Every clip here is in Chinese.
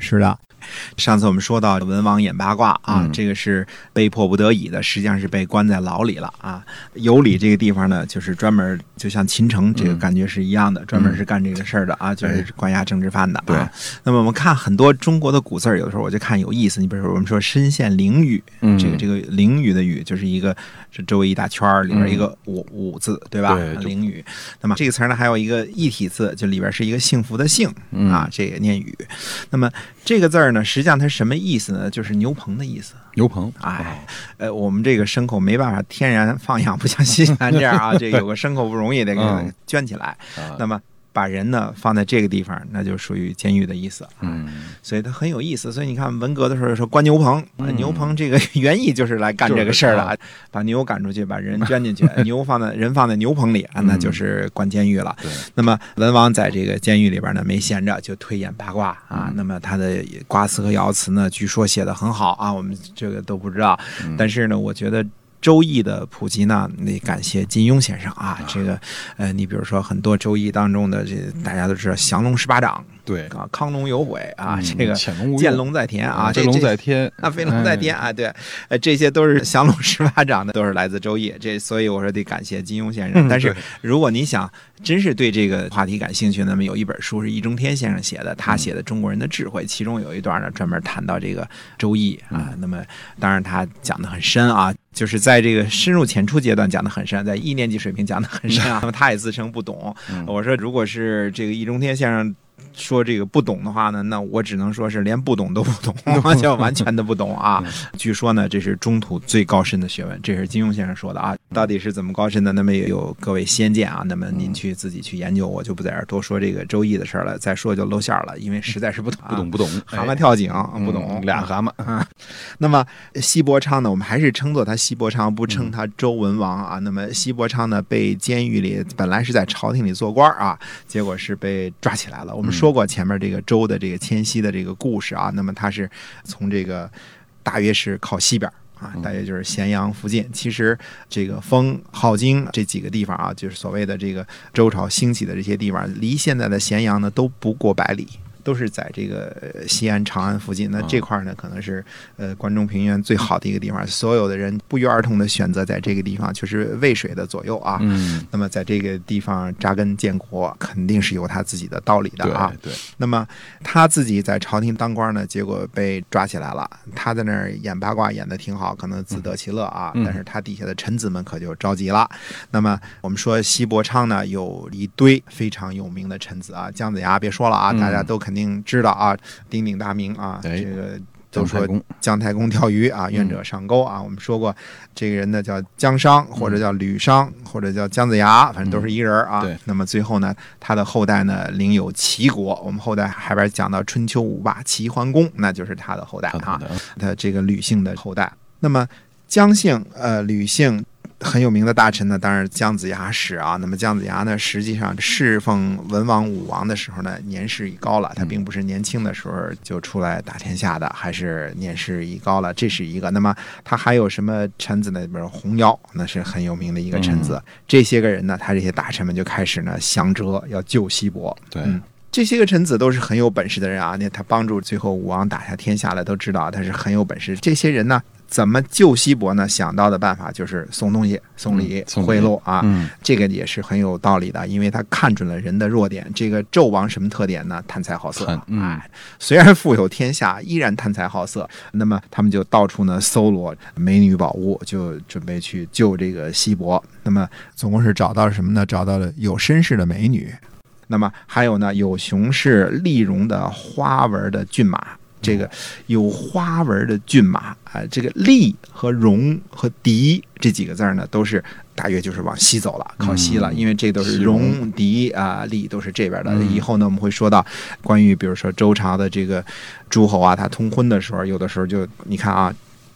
是的，上次我们说到文王演八卦啊，嗯这个是被迫不得已的，实际上是被关在牢里了啊。有里这个地方呢，就是专门就像秦城这个感觉是一样的，专门是干这个事儿的啊，就是关押政治犯的、啊。嗯对那么我们看很多中国的古字儿，有的时候我就看有意思，你比如说我们说身陷囹圄，嗯这个这个囹圄的圄就是一个是周围一大圈儿，里边一个五五、字，对吧？嗯啊对就囹圄。那么这个词儿呢，还有一个异体字，就里边是一个幸福的幸嗯啊，这个念雨。那么这个字儿呢，实际上它什么意思呢？就是牛棚的意思。牛棚，哎，哦呃，我们这个牲口没办法天然放养，不像新西兰这样 啊，这有个牲口不容易，得给它嗯圈起来。啊那么把人呢放在这个地方，那就属于监狱的意思。嗯，所以它很有意思。所以你看文革的时候说关牛棚，嗯牛棚这个原意就是来干这个事儿的，就啊把牛赶出去，把人圈进去， 牛放在人放在牛棚里，啊那就是关监狱了。对，那么文王在这个监狱里边呢，没闲着就推演八卦嗯啊。那么他的卦辞和爻辞呢，据说写的很好啊，我们这个都不知道。嗯但是呢，我觉得。周易的普及呢，得感谢金庸先生啊。这个，呃，你比如说很多周易当中的这，大家都知道降龙十八掌对啊，康龙有悔啊，嗯这个潜龙无见用龙在田啊，这飞龙这在嗯天啊，飞龙在天啊，对，呃，这些都是降龙十八掌的，都是来自《周易》，这所以我说得感谢金庸先生。但是嗯对如果你想真是对这个话题感兴趣，那么有一本书是易中天先生写的，嗯他写的《中国人的智慧》，其中有一段呢专门谈到这个《周易》啊，嗯那么当然他讲的很深啊。就是在这个深入浅出阶段讲的很深，在一年级水平讲的很深嗯啊。那么他也自称不懂，我说如果是这个易中天先生说这个不懂的话呢，那我只能说是连不懂都不懂， 就完全的不懂 啊。嗯据说呢，这是中土最高深的学问，这是金庸先生说的啊。到底是怎么高深的？那么也有各位先见啊，那么您去自己去研究，我就不在这儿多说这个《周易》的事儿了，再说就露馅儿了，因为实在是不懂、啊，不懂不懂， 蛤蟆跳井，不懂嗯俩蛤蟆， 那么西伯昌呢，我们还是称作他西伯昌，不嗯称他周文王啊。那么西伯昌呢，被监狱里本来是在朝廷里做官儿啊，结果是被抓起来了。我们说过前面这个周的这个迁徙的这个故事啊，那么他是从这个大约是靠西边儿。啊，嗯大约就是咸阳附近。其实这个丰、镐京这几个地方啊，就是所谓的这个周朝兴起的这些地方，离现在的咸阳呢都不过百里，都是在这个呃西安、长安附近。那嗯这块儿呢，可能是呃关中平原最好的一个地方，所有的人不约而同的选择在这个地方，就是渭水的左右啊。嗯，那么在这个地方扎根建国，肯定是有他自己的道理的对啊。对，那么他自己在朝廷当官呢，结果被抓起来了。他在那儿演八卦演的挺好，可能自得其乐啊。嗯但是他底下的臣子们可就着急了。那么我们说西伯昌呢，有一堆非常有名的臣子啊，姜子牙别说了啊，嗯大家都肯定知道啊，鼎鼎大名啊，哎这个。姜都太说公姜太公钓鱼啊，愿者上钩啊。我们说过，这个人呢叫姜商，或者叫吕商，或者叫姜子牙，反正都是一人儿啊。嗯对那么最后呢，他的后代呢领有齐国。我们后代还边讲到春秋五霸齐桓公，那就是他的后代看啊看，的，他这个吕姓的后代。那么姜姓呃吕姓。很有名的大臣呢，当然是姜子牙是啊。那么姜子牙呢，实际上侍奉文王、武王的时候呢，年事已高了，他并不是年轻的时候就出来打天下的，还是年事已高了，这是一个。那么他还有什么臣子呢？比如红妖，那是很有名的一个臣子。这些个人呢，他这些大臣们就开始呢降折，要救西伯。对，嗯这些个臣子都是很有本事的人啊，那他帮助最后武王打下天下了，都知道他是很有本事。这些人呢，怎么救西伯呢？想到的办法就是送东西、送礼嗯、送礼贿赂啊，嗯这个也是很有道理的，因为他看准了人的弱点。这个纣王什么特点呢？贪财好色贪，嗯哎，虽然富有天下，依然贪财好色。那么他们就到处呢搜罗美女宝物，就准备去救这个西伯。那么总共是找到了什么呢？找到了有身世的美女，那么还有呢，有雄氏丽绒的花纹的骏马。这个有花纹的骏马啊、这个丽和绒和狄这几个字儿呢，都是大约就是往西走了，靠西了，嗯因为这都是西戎戎狄啊、丽都是这边的。嗯以后呢，我们会说到关于比如说周朝的这个诸侯啊，他通婚的时候，有的时候就你看啊，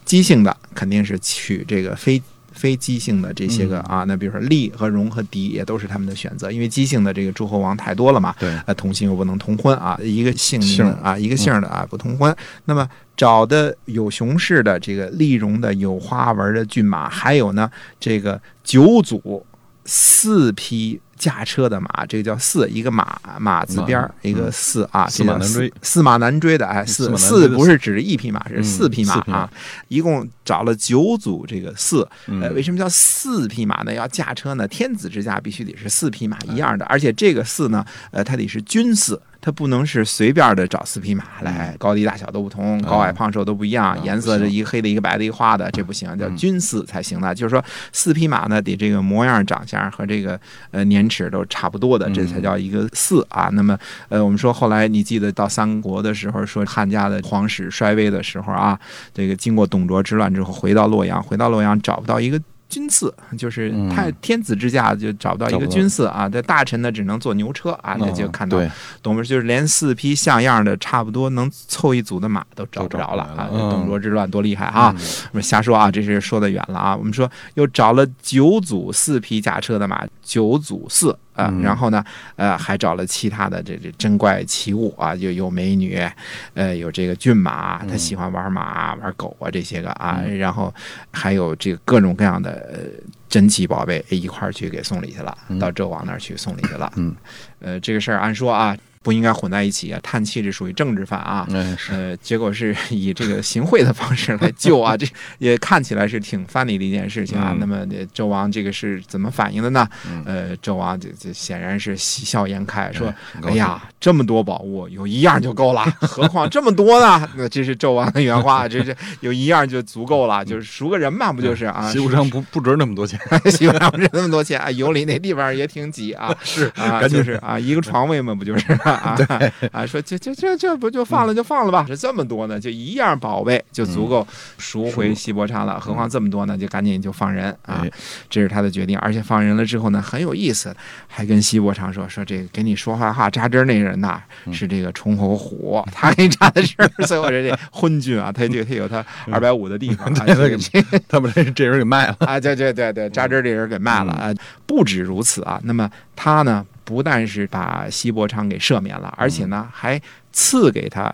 姬姓的肯定是娶这个非非姬姓的这些个啊，那比如说厉和戎和狄也都是他们的选择，因为姬姓的这个诸侯王太多了嘛，对呃，同姓又不能同婚啊，一个姓名姓嗯的啊，一个姓儿的啊不同婚，那么。找的有熊氏的这个丽戎的有花纹的骏马，还有呢这个九组四匹驾车的马，这个叫四，一个马马字边儿，马一个四啊，驷马这叫难追四，驷马难追的，哎，驷四马难追四的不是指一匹马，是嗯四匹马四匹马啊，一共找了九组这个四，呃，嗯为什么叫四匹马呢？要驾车呢，天子之驾必须得是四匹马一样的，而且这个四呢，呃，它得是军四。它不能是随便的找四匹马来，高低大小都不同，高矮胖瘦都不一样，颜色嗯啊不是行嗯一个黑的，一个白的，一个花的，这不行，叫军四才行的。就是说，四匹马呢，得这个模样、长相和这个呃年齿都差不多的，嗯这才叫一个四啊。那么呃，我们说后来你记得到三国的时候，说汉家的皇室衰微的时候啊，这个经过董卓之乱之后，回到洛阳，回到洛阳找不到一个。军次就是嗯太天子之下就找不到一找个不到哦军次啊，这大臣呢只能坐牛车啊，那就看到嗯对，董卓就是连四匹像样的差不多能凑一组的马都找不着了啊！都找不来了这董卓之乱多厉害啊！我们瞎说啊，这是说的远了啊。我们说又找了九组四匹驾车的马，九组四啊、嗯然后呢，呃，还找了其他的这这珍怪奇物啊，有有美女，呃，有这个骏马，他喜欢玩马、玩狗啊这些个啊，然后还有这个各种各样的呃珍奇宝贝哎一块儿去给送礼去了，到纣王那儿去送礼去了。嗯，呃，这个事儿按说啊不应该混在一起啊，叹气这属于政治犯啊。哎是，呃，结果是 以这个行贿的方式来救啊， 这也看起来是挺 funny 的一件事情啊。嗯那么呃纣王这个是怎么反应的呢？嗯呃，纣王这这显然是喜笑颜开，说：“很高哎兴呀，这么多宝物，有一样就 够了，何况这么多呢？”那这是纣王的原话，这是有一样就足够了，嗯就是赎个人嘛，不就是啊？西湖上不不值那么多钱， 西湖上不是那么多钱啊，有理那地方也挺挤 啊，是啊，赶紧就是啊，一个床位嘛，不就是啊啊，说这这这这不就放了就放了吧，这这么多呢，就一样宝贝就嗯足够赎回西伯昌了，何况这么多呢，就赶紧就放人啊哎，这是他的决定，而且放人了之后呢，很有意思，还跟西伯昌说说这个给你说坏话扎针儿那人呐嗯是这个崇侯虎，他给你扎的是所有人这昏君啊，他就他有他二百五的地方啊，嗯对这个这个他把这这人给卖了，啊，对对对对，扎针儿这人给卖嗯了啊！不止如此啊，那么他呢，不但是把西伯昌给赦免了，而且呢，嗯还赐给他。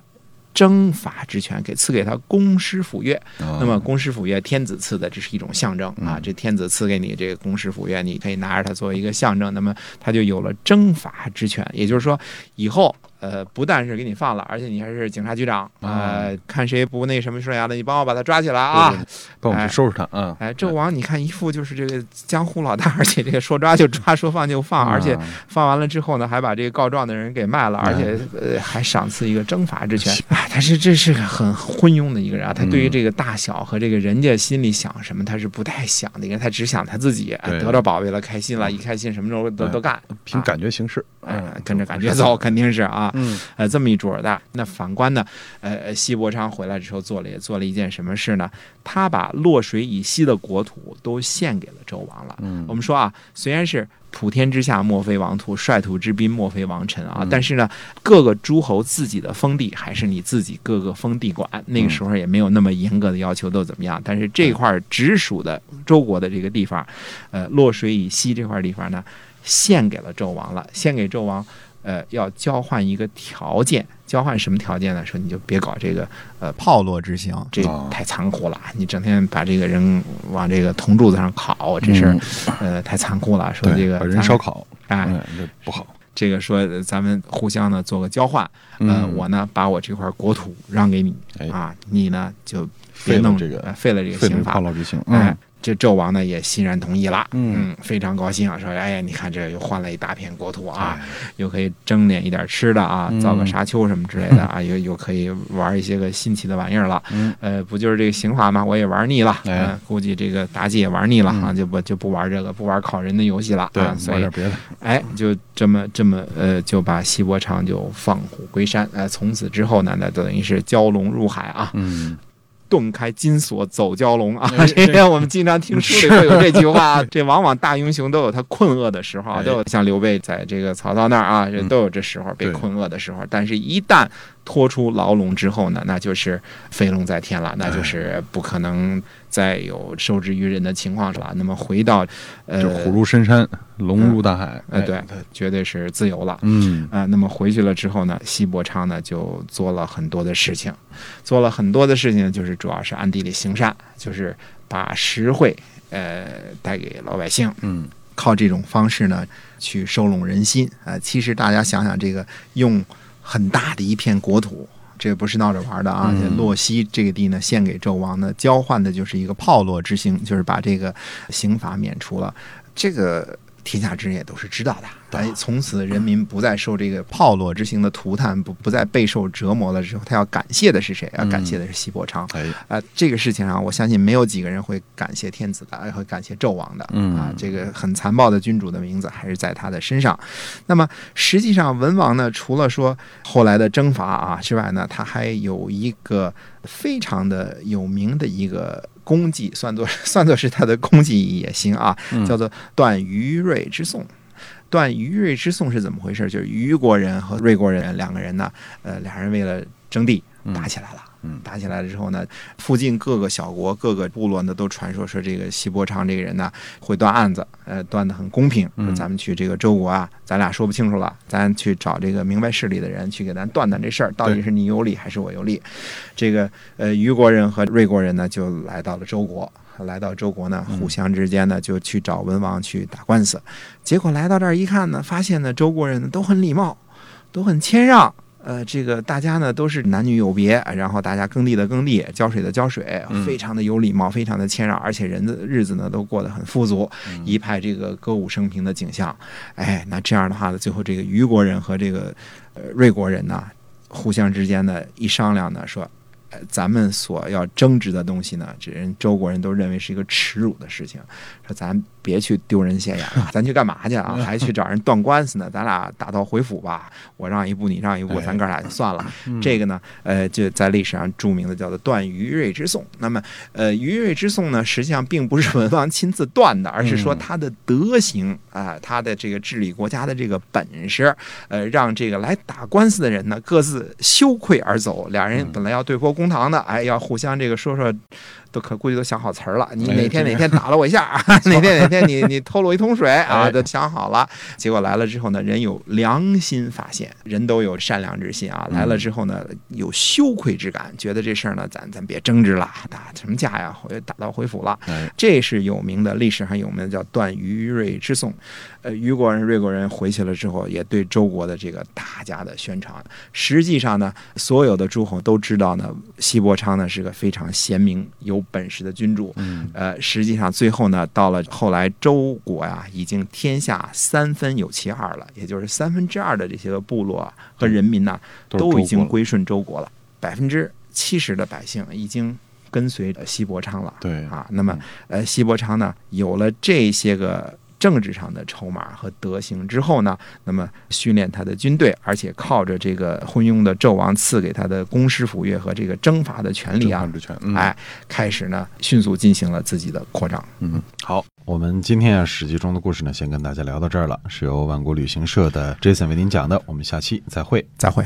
征伐之权给赐给他公师府钺，那那么公师府钺天子赐的，这是一种象征嗯啊。这天子赐给你这个公师府钺，你可以拿着它作为一个象征，那么他就有了征伐之权。也就是说，以后呃不但是给你放了，而且你还是警察局长，呃，看谁不那什么顺眼了，你帮我把他抓起来啊。哦对对帮我们去收拾他啊，哎，纣王，你看一副就是这个江湖老大，而且这个说抓就抓，说放就放，而且啊放完了之后呢，还把这个告状的人给卖了，而且呃还赏赐一个征伐之权啊。他是这是个很昏庸的一个人啊，他对于这个大小和这个人家心里想什么，他是不太想的一个人，他只想他自己哎对得到宝贝了，开心了，一开心什么都都都干，凭感觉行事，哎跟着感觉走，肯定是啊。嗯，呃，这么一主儿的。那反观呢，呃，西伯昌回来之后做了也做了一件什么事呢？他把洛水以西的国土都献给了周王了。嗯我们说啊，虽然是。普天之下莫非王土，率土之滨莫非王臣啊！嗯但是呢，各个诸侯自己的封地还是你自己各个封地管。那个时候也没有那么严格的要求，都怎么样？但是这块儿直属的周国的这个地方，呃，洛水以西这块地方呢，献给了纣王了，献给纣王，呃，要交换一个条件，交换什么条件呢？说你就别搞这个啊呃炮烙之刑，这哦太残酷了，你整天把这个人往这个铜柱子上烤，这事儿、呃太残酷了。说嗯对，这个把咱人烧烤，哎，嗯，这不好，这个说呃咱们互相呢做个交换，呃，嗯我呢把我这块国土让给你哎啊，你呢就废别了弄这个呃废了这个废刑了法炮烙之刑，哎嗯，，这纣王呢也欣然同意了，嗯嗯，非常高兴啊，说哎呀，你看这又换了一大片国土哎啊，又可以蒸点一点吃的啊，嗯造个沙丘什么之类的 啊，又又可以玩一些个新奇的玩意儿了，嗯呃，不就是这个刑法吗？我也玩腻了，哎嗯呃估计这个妲己也玩腻了啊，就不就不玩这个不玩烤人的游戏了对，啊，玩所以点别的，哎，就这么这么呃，就把西伯昌就放虎归山，呃，从此之后呢，那等于是蛟龙入海啊，嗯，顿开金锁走蛟龙啊！哎这个我们经常听书里会有这句话啊，这往往大英雄都有他困厄的时候啊，哎嗯都有像刘备在这个曹操那儿啊，这都有这时候被对困厄的时候。但是，一旦脱出牢笼之后呢，那就是飞龙在天了，那哎就是不可能再有受制于人的情况了。那么回到呃就虎入深山，龙入大海。哎呃，对，绝对是自由了。嗯，啊、那么回去了之后呢，西伯昌呢就做了很多的事情，做了很多的事情，就是主要是暗地里行善，就是把实惠呃带给老百姓，嗯，靠这种方式呢去收拢人心啊、其实大家想想，这个用很大的一片国土。这不是闹着玩的啊！嗯这洛西这个地呢，献给纣王呢，交换的就是一个炮烙之刑，就是把这个刑罚免除了。这个天下之人也都是知道的。哎，从此人民不再受这个炮烙之刑的涂炭，不不再备受折磨了之后，他要感谢的是谁？要感谢的是西伯昌。哎，啊，这个事情上，我相信没有几个人会感谢天子的，哎会感谢纣王的。嗯啊，这个很残暴的君主的名字还是在他的身上。那么实际上，文王呢，除了说后来的征伐啊之外呢，他还有一个非常的有名的一个功绩，算作 算作是他的功绩也行啊，嗯叫做断于芮之讼。断于芮之讼是怎么回事？就是虞国人和芮国人两个人呢，呃，俩人为了争地打起来了。嗯打起来了之后呢，附近各个小国、各个部落呢，都传说说这个西伯昌这个人呢会断案子，呃，断得很公平。说咱们去这个周国啊，咱俩说不清楚了，咱去找这个明白事理的人去给咱断断这事儿，到底对是你有理还是我有理？这个呃，虞国人和芮国人呢，就来到了周国。来到周国呢，互相之间呢就去找文王去打官司，结果来到这儿一看呢，发现呢周国人呢都很礼貌，都很谦让。呃，这个大家呢都是男女有别，然后大家耕地的耕地，浇水的浇水，嗯非常的有礼貌，非常的谦让，而且人的日子呢都过得很富足，一派这个歌舞升平的景象。哎，那这样的话呢，最后这个虞国人和这个呃芮国人呢，互相之间呢一商量呢，说，呃，咱们所要争执的东西呢，这人周国人都认为是一个耻辱的事情，说咱别去丢人现眼了，咱去干嘛去啊？还去找人断官司呢？咱俩打道回府吧，我让一步，你让一步，哎咱哥俩就算了。这个呢，呃，就在历史上著名的叫做断于芮之讼。那么，呃，于芮之讼呢，实际上并不是文王亲自断的，而是说嗯他的德行啊、他的这个治理国家的这个本事，呃，让这个来打官司的人呢各自羞愧而走。俩嗯人本来要对簿公堂的，哎，要互相这个说说。都可估计都想好词儿了，你哎哪天这哪天打了我一下 啊，哪天哪天你你偷了我一桶水啊，哎都想好了。结果来了之后呢，人有良心发现，人都有善良之心啊。来了之后呢，有羞愧之感，觉得这事儿呢，咱咱别争执了，打什么架呀，回打道回府了。哎，这是有名的，历史上有名的叫断于芮之讼。呃，虞国人、芮国人回去了之后，也对周国的这个大家的宣传。实际上呢，所有的诸侯都知道呢，西伯昌呢是个非常贤明、有本事的君主。嗯，呃，实际上最后呢，到了后来周国呀、已经天下三分有其二了，也就是三分之二的这些个部落啊和人民呐、是都已周经国了归顺周国了，百分之七十的百姓已经跟随呃西伯昌了。对嗯啊，那么呃，西伯昌呢有了这些个政治上的筹码和德行之后呢，那么训练他的军队，而且靠着这个昏庸的纣王赐给他的公师府乐和这个征伐的权利正啊判，之权，嗯哎，开始呢迅速进行了自己的扩张。嗯，好，我们今天啊《史记》中的故事呢，先跟大家聊到这儿了，是由万国旅行社的 Jason 为您讲的，我们下期再会。再会。